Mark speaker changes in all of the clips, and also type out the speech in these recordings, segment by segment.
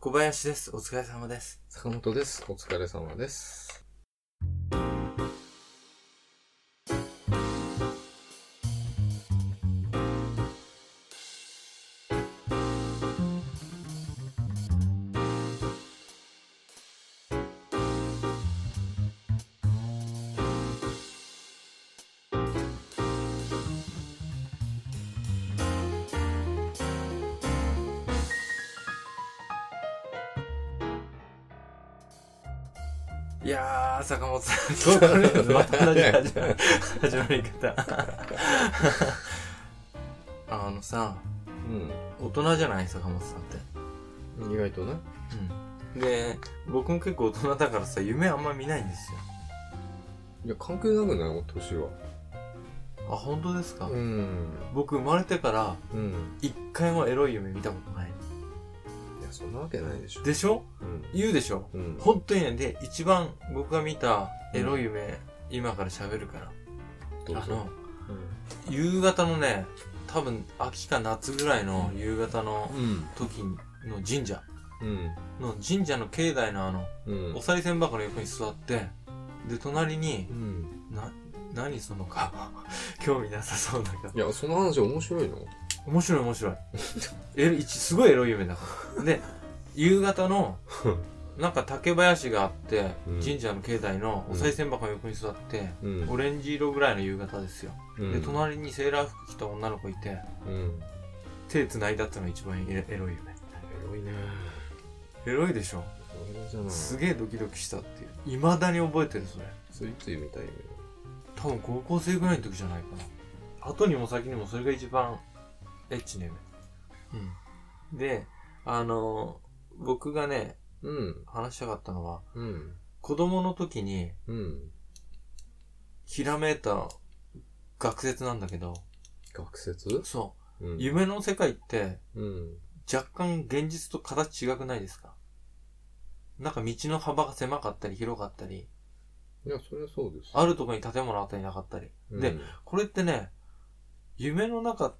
Speaker 1: 小林です。お疲れ様です。
Speaker 2: 坂本です。お疲れ様です。
Speaker 1: いやー、坂本さ
Speaker 2: そ
Speaker 1: ん。
Speaker 2: うだね
Speaker 1: また同じ始まり始まり方。 あのさ、
Speaker 2: う
Speaker 1: 大人じゃない坂本さんって。
Speaker 2: ん。意外とね。
Speaker 1: うん。で、僕も結構大人だからさ、夢あんま見ないんですよ。
Speaker 2: いや、関係なくない年は。
Speaker 1: あ、本当ですか、
Speaker 2: ん。
Speaker 1: 僕生まれてから、
Speaker 2: うん。
Speaker 1: 一回もエロい夢見たことない。
Speaker 2: いや、そんなわけないでしょ。
Speaker 1: でしょ
Speaker 2: うん。
Speaker 1: 言うでしょ
Speaker 2: うん。
Speaker 1: 本当にね、で、一番僕が見たエロい夢、今から喋るから。
Speaker 2: どう
Speaker 1: あ
Speaker 2: ぞ
Speaker 1: の、夕方のね、多分秋か夏ぐらいの夕方の
Speaker 2: うん。
Speaker 1: 時の神社
Speaker 2: うん。
Speaker 1: の神社の境内のあの、
Speaker 2: うん。
Speaker 1: お賽銭箱の横に座って、で、隣に
Speaker 2: う、ん。
Speaker 1: な、何その顔 興味なさそうな顔
Speaker 2: いや、その話面白いの
Speaker 1: 面白い面白い。エロいすごいエロい夢だから。で、夕方の、なんか竹林があって、
Speaker 2: うん
Speaker 1: 神社の境内のお賽銭箱の横に座って、
Speaker 2: うん
Speaker 1: オレンジ色ぐらいの夕方ですよ。
Speaker 2: うん
Speaker 1: で、隣にセーラー服着た女の子いて、
Speaker 2: うん。
Speaker 1: 手繋いだってのが一番エエロいよね
Speaker 2: エロいね。
Speaker 1: エロいでしょ、
Speaker 2: エロいじゃない。
Speaker 1: すげえドキドキしたっていう未だに覚えてるそれ
Speaker 2: ついついみたいな。
Speaker 1: 多分高校生ぐらいの時じゃないかな後にも先にもそれが一番エッチな夢うんであのー僕がね
Speaker 2: うん。
Speaker 1: 話したかったのは
Speaker 2: うん。
Speaker 1: 子供の時に
Speaker 2: うん。
Speaker 1: ひらめいた学説なんだけど
Speaker 2: 学説。
Speaker 1: そううん夢の世界って
Speaker 2: うん。
Speaker 1: 若干現実と形違くないですかなんか道の幅が狭かったり広かったり
Speaker 2: いや、それはそうです。
Speaker 1: あるとこに建物あったりなかったり。
Speaker 2: うん
Speaker 1: で、これってね、夢の中っ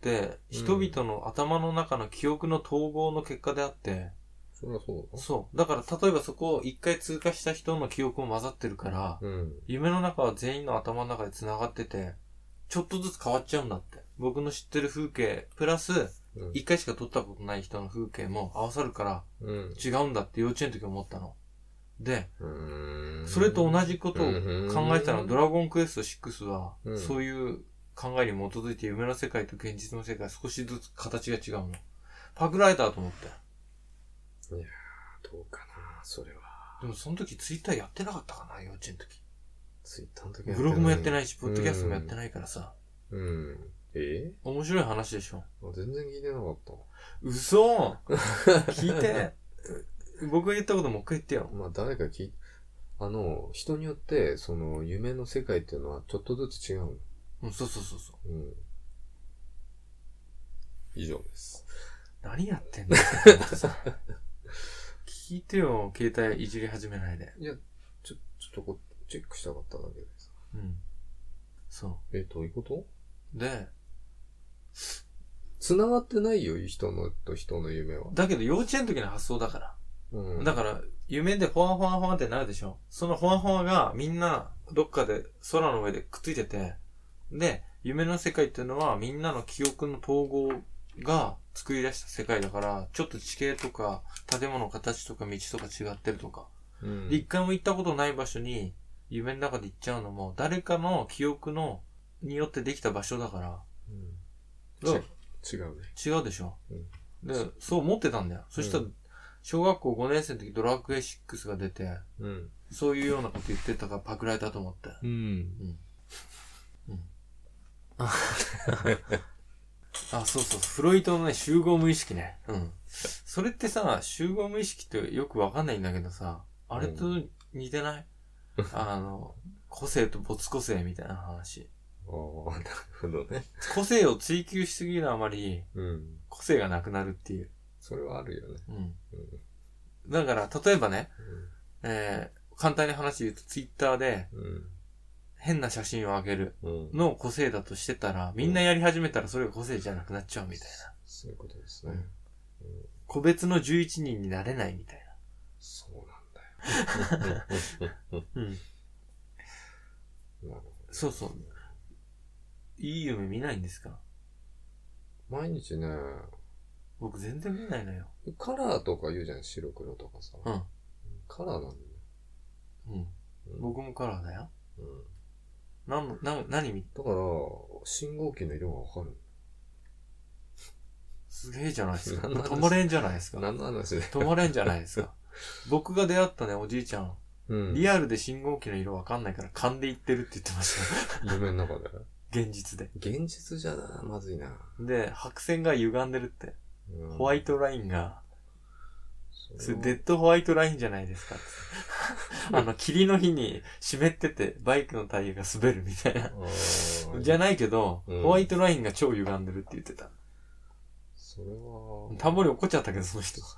Speaker 1: て人々の頭の中の記憶の統合の結果であって、
Speaker 2: それはそうだ。
Speaker 1: そう。だから例えばそこを一回通過した人の記憶も混ざってるから、
Speaker 2: うん。
Speaker 1: 夢の中は全員の頭の中で繋がってて、ちょっとずつ変わっちゃうんだって。僕の知ってる風景、プラス、
Speaker 2: うん
Speaker 1: 一回しか撮ったことない人の風景も合わさるから
Speaker 2: うん。
Speaker 1: 違うんだって幼稚園の時思ったの。で、
Speaker 2: うーん
Speaker 1: それと同じことを考
Speaker 2: 考
Speaker 1: えたのは、ドラゴンクエスト6は、
Speaker 2: うん
Speaker 1: そういう考えに基づいて夢の世界と現実の世界少しずつ形が違うの。パクられたと思って。
Speaker 2: どうかな、それは。
Speaker 1: でもその時ツイッターやってなかったかな、幼稚園の時。
Speaker 2: ツイッターの時。
Speaker 1: ブログもやってないいし、ポッドキャストもやってないからさ。
Speaker 2: うん。え
Speaker 1: 面白い話でしょ。
Speaker 2: あ全然聞いてなかった。
Speaker 1: 嘘 聞いて。僕が言ったこともう一回言ってよ。
Speaker 2: まあ、誰か聞い、あの、人によって、その、夢の世界っていうのはちょっとずつ違うの。
Speaker 1: うん、そうそうそうそう。
Speaker 2: うん。以上です。
Speaker 1: 何やってんの 聞いてよ、携帯いじり始めないで。
Speaker 2: いや、ちょ、ちょっとこう、チェックしたかっただけです。
Speaker 1: うん。そ
Speaker 2: え、どういうこと
Speaker 1: う。で、
Speaker 2: 繋がってないよ、人の、と人の夢は。
Speaker 1: だけど幼稚園の時の発想だから。
Speaker 2: うん。
Speaker 1: だから、夢でほわほわほわってなるでしょそのほわほわがみんなどっかで空の上でくっついてて、で、夢の世界っていうのはみんなの記憶の統合が作り出した世界だから、ちょっと地形とか建物の形とか道とか違ってるとか。
Speaker 2: うん、
Speaker 1: で、一回も行ったことない場所に夢の中で行っちゃうのも、誰かの記憶のによってできた場所だから、
Speaker 2: うん
Speaker 1: だから
Speaker 2: ち違うね。
Speaker 1: 違うでしょ、
Speaker 2: うん
Speaker 1: で、そう思ってたんだよ。そしたら、小学校5年生の時ドラクエ6が出て、
Speaker 2: うん。
Speaker 1: そういうようなこと言ってたからパクられたと思って。
Speaker 2: うん。
Speaker 1: うん。うん。あ、あそうそう、フロイトのね、集合無意識ね。うん。それってさ、集合無意識ってよくわかんないんだけどさ、あれと似て ない、あの、個性と没個性みたいな話。
Speaker 2: ああ、なるほどね。
Speaker 1: 個性を追求しすぎるあまり、
Speaker 2: うん。
Speaker 1: 個性がなくなるっていう。
Speaker 2: それはあるよね。
Speaker 1: うん。だから、例えばね、えー、簡単に話言うと、ツイッターで
Speaker 2: うん。
Speaker 1: 変な写真をあげる。
Speaker 2: うん。
Speaker 1: の個性だとしてたら、みんなやり始めたらそれが個性じゃなくなっちゃうみたい
Speaker 2: そういうことです
Speaker 1: な。
Speaker 2: ね。
Speaker 1: 個別の11人になれないみたい
Speaker 2: そうなんだよ。
Speaker 1: な。うん。
Speaker 2: なるほど
Speaker 1: そうそう。いい夢見ないんですか
Speaker 2: 毎日ね、
Speaker 1: 僕全然見ないのよ。
Speaker 2: カラーとか言うじゃん、白黒とかさ。
Speaker 1: うん
Speaker 2: カラーなんだよね。
Speaker 1: うん。
Speaker 2: うん
Speaker 1: 僕もカラーだよ。
Speaker 2: うん
Speaker 1: なんも、な、何見、
Speaker 2: だから、信号機の色がわかる。
Speaker 1: すげえじゃないですか。
Speaker 2: 何の話
Speaker 1: 止まれんじゃないですか。
Speaker 2: 何の話で。
Speaker 1: 止まれんじゃない ですか。僕が出会ったね、おじいちゃん。
Speaker 2: うん。
Speaker 1: リアルで信号機の色わかんないから勘で言ってるって言ってました。
Speaker 2: 夢の中で。
Speaker 1: 現実で。
Speaker 2: 現実じゃな、まずいな。
Speaker 1: で、白線が歪んでるって。ホワイトラインが、そ
Speaker 2: そ
Speaker 1: れ
Speaker 2: れ
Speaker 1: デ
Speaker 2: で、
Speaker 1: ッドホワイトラインじゃない ですかって。あの、霧の日に湿ってて、バイクのタイヤが滑るみたいな。じゃ
Speaker 2: な、
Speaker 1: ないけど、
Speaker 2: うん
Speaker 1: ホワイトラインが超歪んでるって言ってた。
Speaker 2: それは、
Speaker 1: たまに怒っちゃったけど、その人。
Speaker 2: そ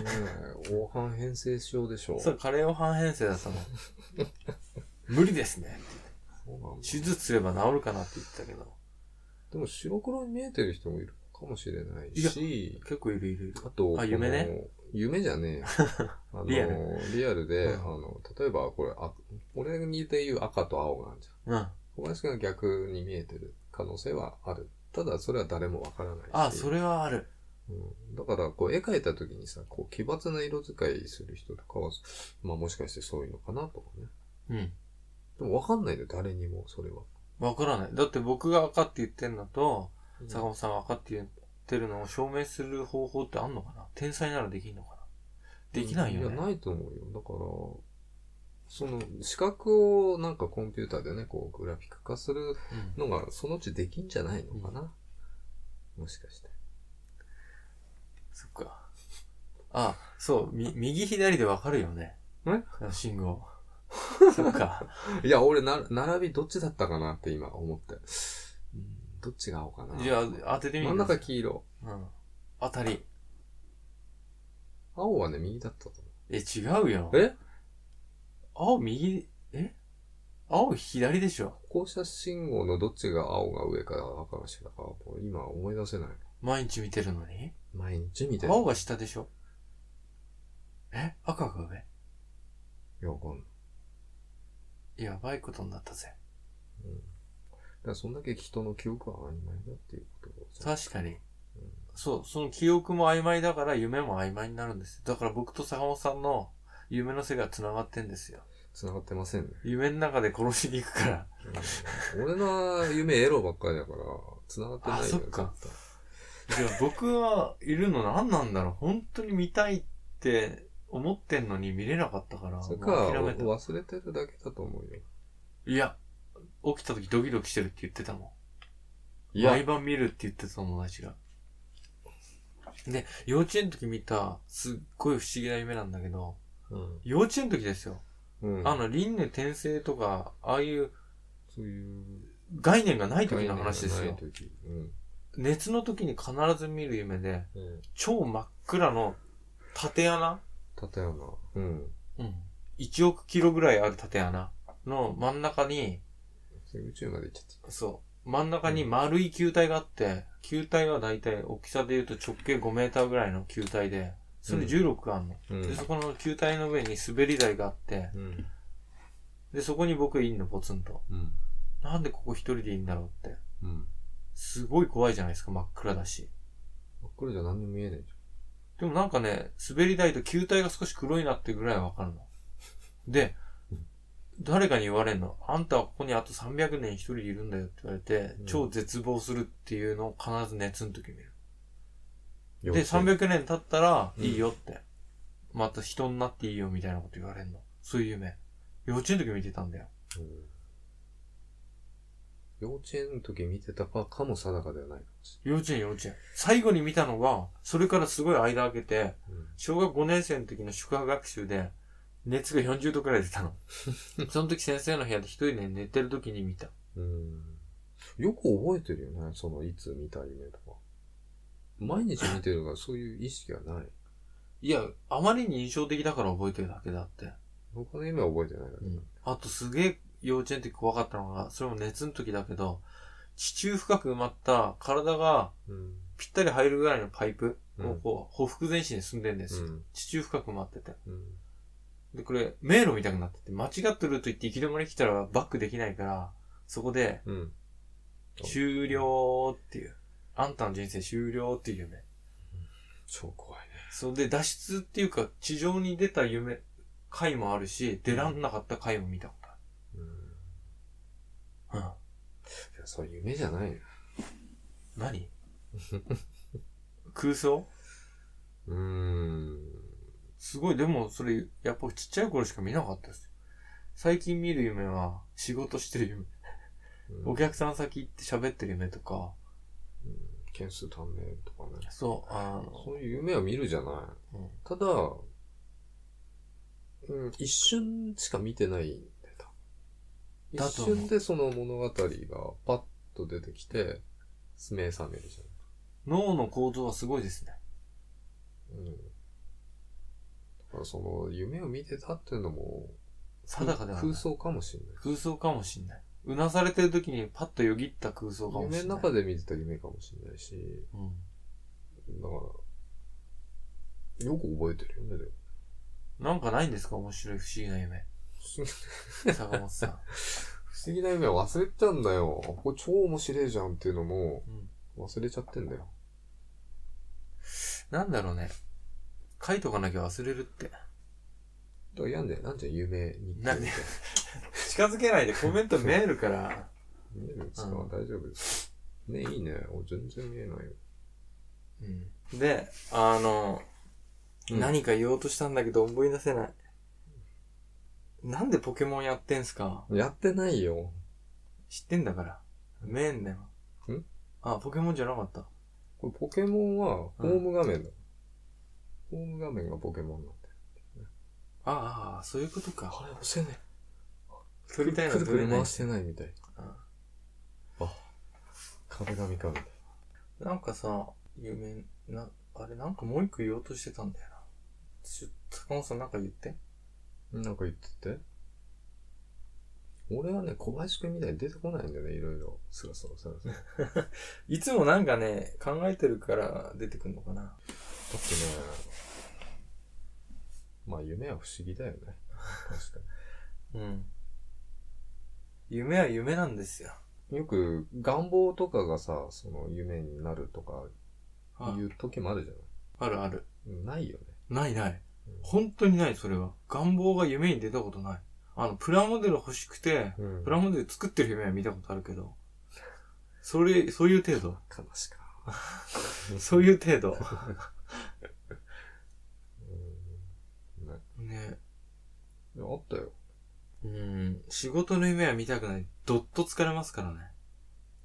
Speaker 2: れはね、黄斑変性症でしょ。
Speaker 1: そう、カレーを半編成だ ったの。無理ですね。
Speaker 2: そうなんだ
Speaker 1: 手術すれば治るかなって言ってたけど。
Speaker 2: でも白黒に見えてる人もいるかもしれないし、
Speaker 1: 結構いるいるいる。
Speaker 2: あと、
Speaker 1: あ夢ね
Speaker 2: この。夢じゃねえよ。 あの
Speaker 1: リアル
Speaker 2: リアルで、
Speaker 1: うん
Speaker 2: あの、例えばこれ、あ俺にで言う赤と青があるじゃん。
Speaker 1: うん。あ
Speaker 2: 小林くんが逆に見えてる可能性はある。ただ、それは誰もわからないし。
Speaker 1: あ、それはある。
Speaker 2: うん、だから、こう、絵描いた時にさ、こう、奇抜な色使いする人とかは、まあもしかしてそういうのかなとかね。
Speaker 1: うん。
Speaker 2: でもわかんないで、誰にも、それは。
Speaker 1: わからない。だって僕が赤って言ってんのと、
Speaker 2: うん
Speaker 1: 坂本さんが赤って言ってるのを証明する方法ってあんのかな天才ならできんのかなできないよね
Speaker 2: いや、。ないと思うよ。だから、その、視覚をなんかコンピューターでね、こう、グラフィック化する
Speaker 1: うん
Speaker 2: のが、そのうちできんじゃないのかな。もしかして。
Speaker 1: そっか。あ、そう、み、右左でわかるよね。
Speaker 2: え
Speaker 1: あ信 号。そっか。
Speaker 2: いや、俺な、並びどっちだったかなって今思って。うんどっちが青かな。
Speaker 1: じゃあ、当ててみ
Speaker 2: 真
Speaker 1: る
Speaker 2: ん中黄色。
Speaker 1: うん。当たり。
Speaker 2: 青はね、右だったと
Speaker 1: え、違うよ。
Speaker 2: 思う。え
Speaker 1: 青右、え青左でしょ。
Speaker 2: 歩行者信号のどっちが青が上か赤が下か、もう今思い出せない。
Speaker 1: 毎日見てるのに。
Speaker 2: 毎日見てる。
Speaker 1: 青が下でしょ。え赤が上
Speaker 2: いや、わかんない。
Speaker 1: やばいことになったぜ。
Speaker 2: うん。だからそんだけ人の記憶は曖昧だっていうことだ
Speaker 1: 確かに。そう、その記憶も曖昧だから夢も曖昧になるんですよ。だから僕と坂本さんの夢の世界は繋がってんですよ。
Speaker 2: 繋がってませんね。
Speaker 1: 夢の中で殺しに行くから。
Speaker 2: うん俺の夢エロばっかりだから、繋がってない
Speaker 1: あ
Speaker 2: よ。
Speaker 1: そっか
Speaker 2: 絶対。
Speaker 1: いや、僕はいるの何なんだろう。本当に見たいって思ってんのに見れなかったから、
Speaker 2: それか、
Speaker 1: もう諦めた。
Speaker 2: 忘れてるだけだと思うよ。
Speaker 1: いや、起きた時ドキドキしてるって言ってたもん。
Speaker 2: いや
Speaker 1: 毎晩見るって言ってた友達が。で、幼稚園の時見た、すっごい不思議な夢なんだけど、
Speaker 2: うん。
Speaker 1: 幼稚園の時ですよ。
Speaker 2: うん。
Speaker 1: あの、輪廻転生とか、ああいう
Speaker 2: そういう。
Speaker 1: 概念がない時の話です
Speaker 2: 概念
Speaker 1: よ
Speaker 2: が。ない時うん。
Speaker 1: 熱の時に必ず見る夢で、
Speaker 2: うん。
Speaker 1: 超真っ暗の縦穴
Speaker 2: 立山。うん。
Speaker 1: うん。1億キロぐらいある縦穴の真ん中に、
Speaker 2: それ宇宙まで行っちゃった。
Speaker 1: そう、真ん中に丸い球体があって、球体は大体大きさで言うと直径5メーターぐらいの球体で、それに16があるの。
Speaker 2: うん
Speaker 1: で、そこの球体の上に滑り台があって、
Speaker 2: うん。
Speaker 1: で、そこに僕いんの、ポツンと。
Speaker 2: うん。
Speaker 1: なんでここ一人でいいんだろうって。
Speaker 2: うん。
Speaker 1: すごい怖いじゃないですか、真っ暗だし。
Speaker 2: 真っ黒じゃ何にも見えないじ
Speaker 1: でもなんかね、滑り台と球体が少し黒いなってぐらいわかるの。で、誰かに言われんの。あんたはここにあと300年一人いるんだよって言われて、
Speaker 2: うん
Speaker 1: 超絶望するっていうのを必ず熱の時見る。
Speaker 2: ゃん。
Speaker 1: で、300年経ったら
Speaker 2: うん
Speaker 1: いいよって。また人になっていいよみたいなこと言われんの。そういう夢。幼稚園の時見てたんだよ。
Speaker 2: うん幼稚園の時見てたかかも定かではないかもし
Speaker 1: 幼稚園幼稚園。最後に見たのが、それからすごい間空けて、
Speaker 2: れない。
Speaker 1: 小学5年生の時の宿泊学習で、熱が40度くらい出 たの。その時先生の部屋で一人で寝てる時に見た。
Speaker 2: うん。よく覚えてるよね、そのいつ見た夢とか。毎日見てるからそういう意識はない。
Speaker 1: いや、あまりに印象的だから覚えてるだけだって。
Speaker 2: 他の夢は覚えてないからね。
Speaker 1: あとすげえ幼稚園の時怖かったのが、それも熱の時だけど、地中深く埋まった体が
Speaker 2: うん。
Speaker 1: ぴったり入るぐらいのパイプを
Speaker 2: うん
Speaker 1: こう、ほふ前進で進んでんですよ。
Speaker 2: ん。
Speaker 1: 地中深く回ってて。
Speaker 2: うん。
Speaker 1: で、これ、迷路みたいになってて、間違ってると言って行き止まり来たらバックできないから、そこで、
Speaker 2: うん。
Speaker 1: 終了っていう。あんたの人生終了っていう夢。
Speaker 2: 超怖いね。
Speaker 1: それで脱出っていうか、地上に出た夢、回もあるし、出らんなかった回も見たこと
Speaker 2: うん。
Speaker 1: ある。うん。
Speaker 2: いや、それ夢じゃないよ。
Speaker 1: 何 空想
Speaker 2: うーん。
Speaker 1: すごい、でもそれ、やっぱちっちゃい頃しか見なかったですよ。最近見る夢は、仕事してる夢。
Speaker 2: うん
Speaker 1: お客さん先行って喋ってる夢とか、
Speaker 2: 件数足んねえとかね。
Speaker 1: そう、あの、
Speaker 2: そういう夢は見るじゃない。
Speaker 1: うん
Speaker 2: ただ、うん、一瞬しか見てないんだよ。多分
Speaker 1: だ
Speaker 2: 一
Speaker 1: と思う
Speaker 2: 瞬でその物語がパッと出てきて、目覚めるじ
Speaker 1: 脳の構造はすごいですね。
Speaker 2: ゃん。うん。だからその、夢を見てたっていうのも、
Speaker 1: 定かではない。
Speaker 2: 空想かもしれない。
Speaker 1: 空想かもしんない。うなされてる時にパッとよぎった空想かもしんない。
Speaker 2: 夢の中で見てた夢かもしれないし、
Speaker 1: うん。
Speaker 2: だから、よく覚えてるよね、でも。
Speaker 1: なんかないんですか面白い不思議な夢。 坂本さん。
Speaker 2: 不思議な夢忘れてたんだよ。これ超面白いじゃんっていうのも
Speaker 1: うん、
Speaker 2: 忘れちゃってんだよ。
Speaker 1: なんだろうね。書いとかなきゃ忘れるって。
Speaker 2: だからやんで、なんじゃん夢に。
Speaker 1: なんで近づけないでコメント見えるから。
Speaker 2: 見えるんですか、
Speaker 1: うん
Speaker 2: 大丈夫です。ね、いいね。お全然見えないよ。
Speaker 1: うん、で、あの、
Speaker 2: うん
Speaker 1: 何か言おうとしたんだけど思い出せない。なんでポケモンやってんすか
Speaker 2: やってないよ。
Speaker 1: 知ってんだから。見えんだよ。
Speaker 2: ん
Speaker 1: あ、ポケモンじゃなかった。
Speaker 2: これポケモンはホーム画面だ。ホーム画面がポケモンなんだよ。
Speaker 1: ああ、そういうことか。
Speaker 2: あれ押せね
Speaker 1: 撮りたいの
Speaker 2: くるく
Speaker 1: 撮れ
Speaker 2: る
Speaker 1: ない
Speaker 2: 回し。てないみたい。あ、壁紙かみたい。
Speaker 1: なんかさ、有名な、あれなんかもう一個言おうとしてたんだよな。ちょ、坂本さんなんか言って。
Speaker 2: なんか言ってて。俺はね、小林くんみたいに出てこないんだよね、いろいろ。スラスラスラ スラ。だ
Speaker 1: いつもなんかね、考えてるから出てくんのかな。
Speaker 2: ってね、まあ夢は不思議だよね。確か
Speaker 1: うん。夢は夢なんですよ。
Speaker 2: に。よく願望とかがさ、その夢になるとか
Speaker 1: あ
Speaker 2: 言う時もあるじゃない
Speaker 1: るある。
Speaker 2: うんないよね。
Speaker 1: ないない
Speaker 2: うん。
Speaker 1: 本当にない、それは。願望が夢に出たことない。あの、プラモデル欲しくて、
Speaker 2: うん
Speaker 1: プラモデル作ってる夢は見たことあるけど、それ、そういう程度。
Speaker 2: 悲しか。
Speaker 1: そういう程度。
Speaker 2: うん。ね。
Speaker 1: ね。
Speaker 2: いやあったよ。
Speaker 1: うん。仕事の夢は見たくない。どっと疲れますからね。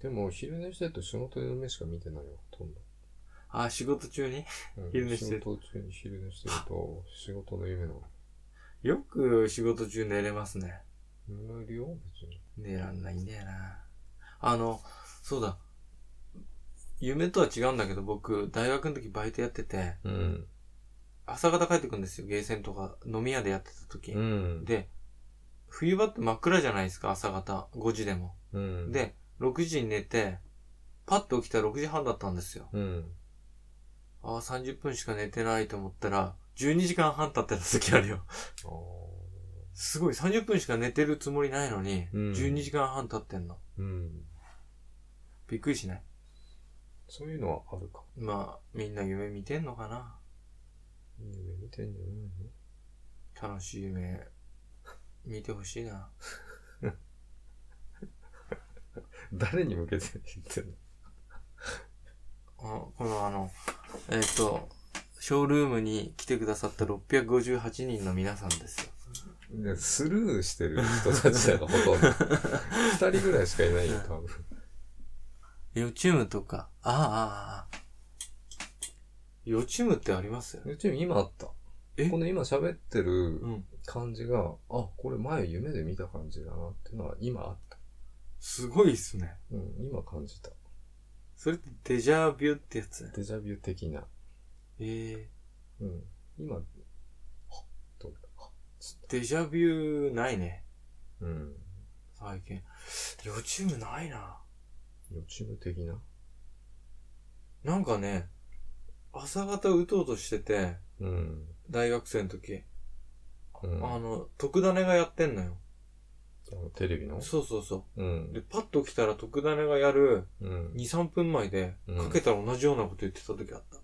Speaker 2: でも、昼寝してると仕事の夢しか見てないよ、ほとんど。
Speaker 1: あ、仕事中に
Speaker 2: うん
Speaker 1: 昼寝してる
Speaker 2: 仕事中に昼寝してると、仕事の夢なの。
Speaker 1: よく仕事中寝れますね。
Speaker 2: 寝れるよ、別に。
Speaker 1: 寝らんないんだよな。あの、そうだ。夢とは違うんだけど、僕、大学の時バイトやってて、
Speaker 2: うん。
Speaker 1: 朝方帰ってくるんですよ。ゲーセンとか、飲み屋でやってた時。
Speaker 2: うん。
Speaker 1: で、冬場って真っ暗じゃないですか、朝方、5時でも。
Speaker 2: うん、
Speaker 1: で、6時に寝て、パッと起きたら6時半だったんですよ。
Speaker 2: うん。
Speaker 1: ああ、30分しか寝てないと思ったら、12時間半経ってた時あるよ。
Speaker 2: あ
Speaker 1: すごい、30分しか寝てるつもりないのに、
Speaker 2: うん
Speaker 1: 12時間半経ってんの。
Speaker 2: ーうん。
Speaker 1: びっくりしない
Speaker 2: そういうのはあるか。
Speaker 1: まあ、みんな夢見てんのかな
Speaker 2: 夢見てんじゃないの
Speaker 1: 楽しい夢、見てほしいな。
Speaker 2: 誰に向けて言ってんの
Speaker 1: あこのあの、えっ、と、ショールームに来てくださった658人の皆さんですよ。
Speaker 2: いやスルーしてる人たちだから、ほとんど。二人ぐらいしかいないよ、多分。
Speaker 1: 予知夢とか、ああ、ああ、ああ。予知夢ってありますよね。
Speaker 2: うちも今あった。
Speaker 1: え
Speaker 2: この今喋ってる
Speaker 1: うん。
Speaker 2: 感じが、あ、これ前夢で見た感じだなっていうのは今あった。
Speaker 1: すごいっすね。
Speaker 2: うん、今感じた。
Speaker 1: それってデジャービューってやつ。
Speaker 2: デジャビュー的な。
Speaker 1: ええ
Speaker 2: うん。今、はっと、はっつって。
Speaker 1: デジャービューないね。
Speaker 2: うん。
Speaker 1: 最近。予知夢ないな。
Speaker 2: 予知夢的な。
Speaker 1: なんかね、朝方打とうとしてて、
Speaker 2: うん。
Speaker 1: 大学生の時、
Speaker 2: うん、
Speaker 1: あの、特ダネがやってんのよ。
Speaker 2: テレビの
Speaker 1: そうそうそうう。
Speaker 2: ん。
Speaker 1: で、パッと起きたら特ダネがやる
Speaker 2: うん。
Speaker 1: 2、3分前で、
Speaker 2: うん
Speaker 1: かけたら同じようなこと言ってた時あった。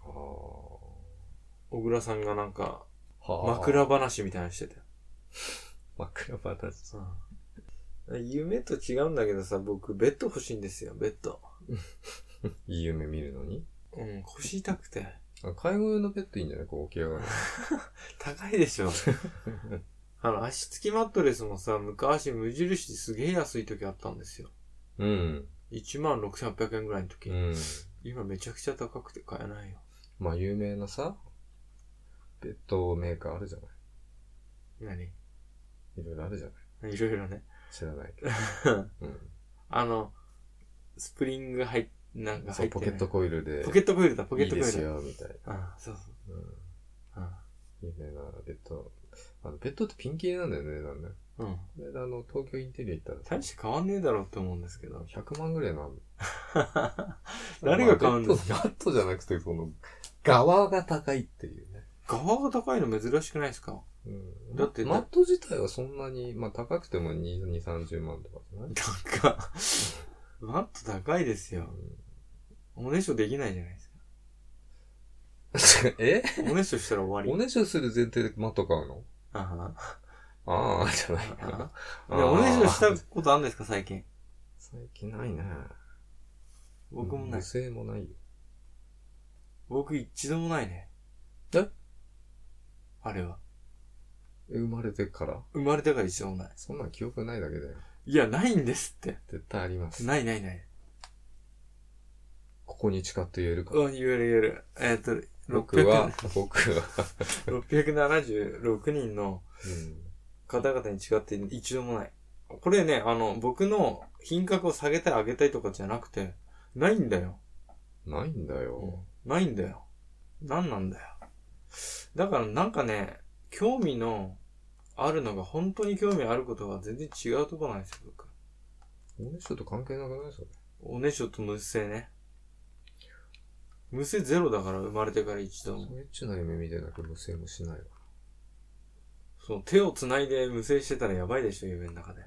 Speaker 2: あ
Speaker 1: 小倉さんがなんか、
Speaker 2: あ。は
Speaker 1: 枕。話みたいなのしてて。
Speaker 2: 枕話。
Speaker 1: うん夢と違うんだけどさ、僕、ベッド欲しいんですよ、ベッド。
Speaker 2: いい夢見るのに
Speaker 1: うん、腰痛くて。
Speaker 2: あ介護用のベッドいいんじゃないこう起き上がる。
Speaker 1: 高いで しょ。あの、足つきマットレスもさ、昔無印すげえ安い時あったんですよ。
Speaker 2: うん。
Speaker 1: 16,800円ぐらいの時。
Speaker 2: うん。
Speaker 1: 今めちゃくちゃ高くて買えないよ。
Speaker 2: まあ、有名なさ、ベッドメーカーあるじゃな
Speaker 1: 何
Speaker 2: いいろいろあるじゃない
Speaker 1: いろいろね。
Speaker 2: 知らないけど。 うん。
Speaker 1: あの、スプリング入っ、なんか
Speaker 2: そ
Speaker 1: 入
Speaker 2: う、
Speaker 1: って
Speaker 2: ポ
Speaker 1: ない
Speaker 2: ケットコイルで。
Speaker 1: ポケットコイルだ、ポケットコイル
Speaker 2: いいですよ、みたい
Speaker 1: あそうそ
Speaker 2: な。
Speaker 1: う。
Speaker 2: うん。有名なベッド。あの、ベッドってピンキリなんだよね、なんだよ。
Speaker 1: うん。うん。
Speaker 2: これであの、東京インテリア行ったらさ
Speaker 1: 大、して変わんねえだろうって思うんですけど。
Speaker 2: 100万ぐらいのある
Speaker 1: 誰が買うんです
Speaker 2: かマットじゃなくて、その、側が高いっていうね。
Speaker 1: 側が高いの珍しくないですか
Speaker 2: うん
Speaker 1: だって
Speaker 2: マット自体はそんなに、まあ高くても2、2 30万とかじゃない
Speaker 1: 高い。マット高いですよ。おねしょできないじゃないですか。
Speaker 2: うん え
Speaker 1: おねしょしたら終
Speaker 2: お
Speaker 1: わり。
Speaker 2: ねしょする前提でマット買うの
Speaker 1: あ
Speaker 2: ああ、じゃない
Speaker 1: あ
Speaker 2: か。
Speaker 1: でおねしょし
Speaker 2: あ
Speaker 1: た
Speaker 2: ー
Speaker 1: ことあるんですか、最近。
Speaker 2: 最近ないね。
Speaker 1: 僕もない
Speaker 2: 無。性もないよ。
Speaker 1: 僕一度もないね。
Speaker 2: え
Speaker 1: あれは。
Speaker 2: え生まれてから
Speaker 1: 生まれてから一度もない。
Speaker 2: そんなん記憶ないだけだよ。
Speaker 1: いや、ないんですって。
Speaker 2: 絶対あります。
Speaker 1: ないないない。
Speaker 2: ここに誓って言えるか
Speaker 1: う。ん、言える言える。えーっと、
Speaker 2: 僕は
Speaker 1: 600、
Speaker 2: 僕は、
Speaker 1: 676人の方々に違って一度もない。これね、あの、僕の品格を下げたい上げたいとかじゃなくて、ないんだよ。
Speaker 2: うん。ないんだよ。
Speaker 1: ないんだよ。なんなんだよ。だからなんかね、興味のあるのが本当に興味あることは全然違うとこなんですよ、僕。
Speaker 2: おねしょと関係なくないそれ。
Speaker 1: おねしょと無性ね。無性ゼロだから生まれてから一度も。
Speaker 2: そうエッチな夢見てなく無性もしないわ。
Speaker 1: そう、手を繋いで無性してたらやばいでしょ、夢の中で。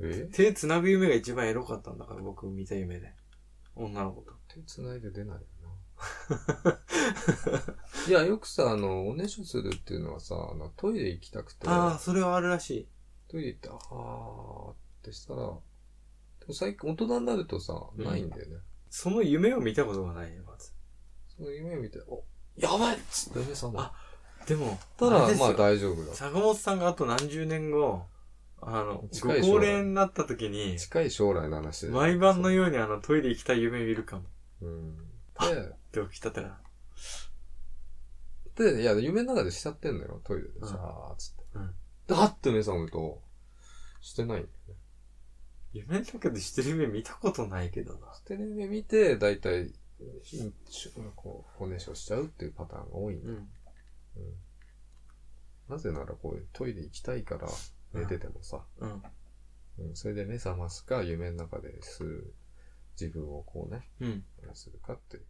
Speaker 2: え
Speaker 1: 手繋ぐ夢が一番エロかったんだから、僕見た夢で。女の子と。
Speaker 2: 手繋いで出ないよ な。いや、よくさ、あの、おねしょするっていうのはさ、あのトイレ行きたくて、
Speaker 1: ああ、それはあるらしい。
Speaker 2: トイレ行って、あーってしたら、でも最近大人になるとさ、
Speaker 1: うん
Speaker 2: ないんだよね。
Speaker 1: その夢を見たことがないよ、まず。
Speaker 2: その夢を見て、お、やばいっつって目覚ま
Speaker 1: あでも、
Speaker 2: た
Speaker 1: あ
Speaker 2: ら、
Speaker 1: れです
Speaker 2: ま
Speaker 1: よ
Speaker 2: あ大丈夫だ。
Speaker 1: 坂本さんがあと何十年後、あの、ご
Speaker 2: 近い将来
Speaker 1: 高齢になった時に、
Speaker 2: 近い将来の話で。
Speaker 1: 毎晩のようにあのトイレ行きたい夢見るかも。
Speaker 2: うん。
Speaker 1: って起きたから。
Speaker 2: で、で、いや、夢の中でしちゃってんのよ、トイレで。さーっつって。
Speaker 1: うん
Speaker 2: だって目覚むと、してないんだよね。
Speaker 1: 夢の中でしてる夢見たことないけどな。
Speaker 2: テレビ見て、だいたい、こう、骨をしちゃうっていうパターンが多いんだ、
Speaker 1: うん。
Speaker 2: なぜなら、こう、トイレ行きたいから寝ててもさ、
Speaker 1: うん。
Speaker 2: うんそれで目覚ますか、夢の中でする自分をこうね、
Speaker 1: うん。
Speaker 2: するかっていう。